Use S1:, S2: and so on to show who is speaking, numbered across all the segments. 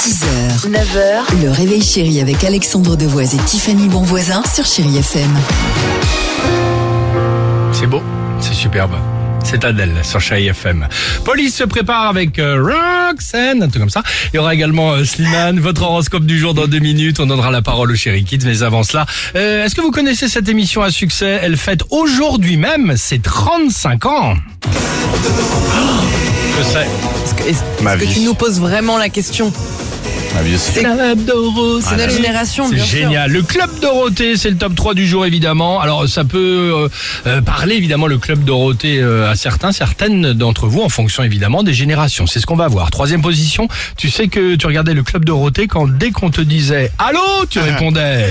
S1: 6h, 9h, le réveil chéri avec Alexandre Devoise et Tiffany Bonvoisin sur Chéri FM.
S2: C'est beau, c'est superbe. C'est Adèle sur Chai FM. Police se prépare avec euh, Roxane, un truc comme ça. Il y aura également euh, Slimane, votre horoscope du jour dans deux minutes. On donnera la parole au chéri Kids, mais avant cela, euh, est-ce que vous connaissez cette émission à succès Elle fête aujourd'hui même ses 35 ans. Oh, Je sais.
S3: Est-ce que, est-ce-
S4: Ma
S3: est-ce que
S4: vie.
S3: tu nous poses vraiment la question
S4: Ah, bien sûr.
S3: C'est notre génération,
S2: C'est
S3: bien sûr.
S2: génial. Le Club Dorothée, c'est le top 3 du jour, évidemment. Alors, ça peut euh, euh, parler, évidemment, le Club Dorothée euh, à certains, certaines d'entre vous, en fonction, évidemment, des générations. C'est ce qu'on va voir. Troisième position, tu sais que tu regardais le Club Dorothée quand, dès qu'on te disait « Allô ?» tu répondais.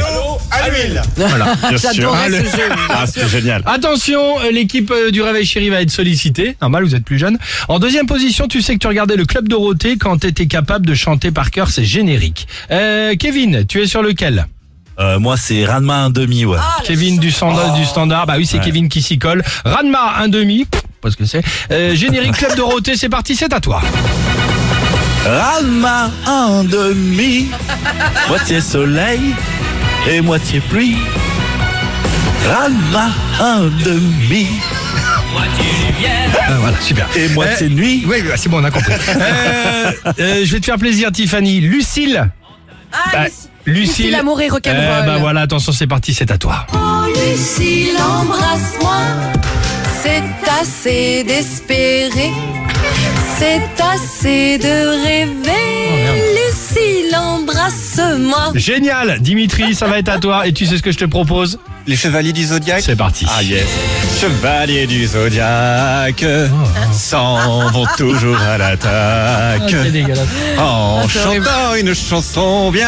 S4: à l'huile
S2: Voilà.
S4: Bien sûr.
S3: J'adorais
S2: sûr.
S3: ce jeu.
S4: Ah, c'était génial.
S2: Attention, euh, l'équipe euh, du Réveil Chéri va être sollicitée. Normal, vous êtes plus jeune. En deuxième position, tu sais que tu regardais le Club Dorothée quand t'étais capable de chanter par cœur ces génériques. Euh, Kevin, tu es sur lequel
S5: Euh, moi, c'est Ranma un demi, ouais.
S3: Ah.
S2: Kevin du standard, du standard. Bah oui, c'est Kevin qui s'y colle. Ranma, un demi. Parce que c'est. Euh, générique Club Dorothée, c'est parti, c'est à toi.
S5: Ranma un demi, moitié soleil et moitié pluie. Ranma un demi
S2: Euh, voilà, super.
S5: et moitié nuit.
S2: Oui, oui, c'est bon, on a compris. Euh, euh, je vais te faire plaisir, Tiffany. Lucille.
S3: Ah,
S2: Bah,
S3: Lucie- Lucie l'amour et
S2: Eh,
S3: rock'n'roll.
S2: bah voilà, attention, c'est parti, c'est à toi.
S6: Lucille, embrasse-moi. C'est assez d'espérer. C'est assez de
S2: Oh,
S6: rêver. Lucille, embrasse-moi.
S2: Génial, Dimitri, ça va être à toi. Et tu sais ce que je te propose
S4: Les chevaliers du zodiaque
S2: C'est parti.
S4: Ah yes Chevaliers du zodiaque s'en vont toujours à
S2: Ah,
S4: l'attaque en chantant une chanson bien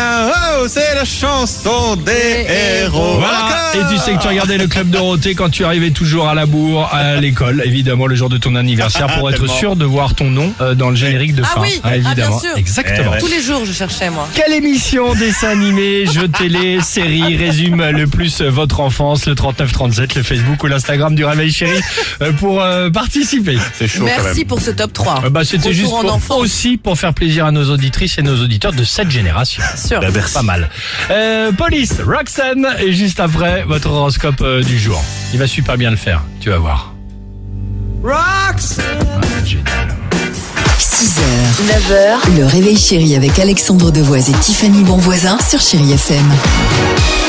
S4: oh c'est la chanson des héros
S2: Voilà. Et tu sais que tu regardais le club Dorothée quand tu arrivais toujours à la bourre, à l'école, évidemment, le jour de ton anniversaire, pour être
S4: Tellement.
S2: sûr de voir ton nom euh, dans le générique de
S3: Ah
S2: fin.
S3: oui, ah, bien
S2: évidemment.
S3: sûr.
S2: Exactement.
S4: Eh ouais.
S3: Tous les jours, je cherchais, moi.
S2: Quelle émission, dessin animé, jeu télé, série résume le plus euh, votre enfance, le 3937, le Facebook ou l'Instagram du Réveil Chéri euh, pour euh, participer
S4: C'est chaud quand
S3: Merci
S4: même.
S3: pour ce top 3.
S2: Euh, bah, C'était
S3: Retour
S2: juste
S3: en
S2: pour-
S3: enfant,
S2: aussi pour faire plaisir à nos auditrices et nos auditeurs de cette génération.
S3: bien sûr.
S5: Bah, merci.
S2: Pas mal. Euh, police, Roxane, et juste après, votre horoscope euh, du jour. Il va super bien le faire, tu vas voir. Rox Génial.
S1: 6h, 9h, le réveil chéri avec Alexandre Devoise et Tiffany Bonvoisin sur Chéri FM.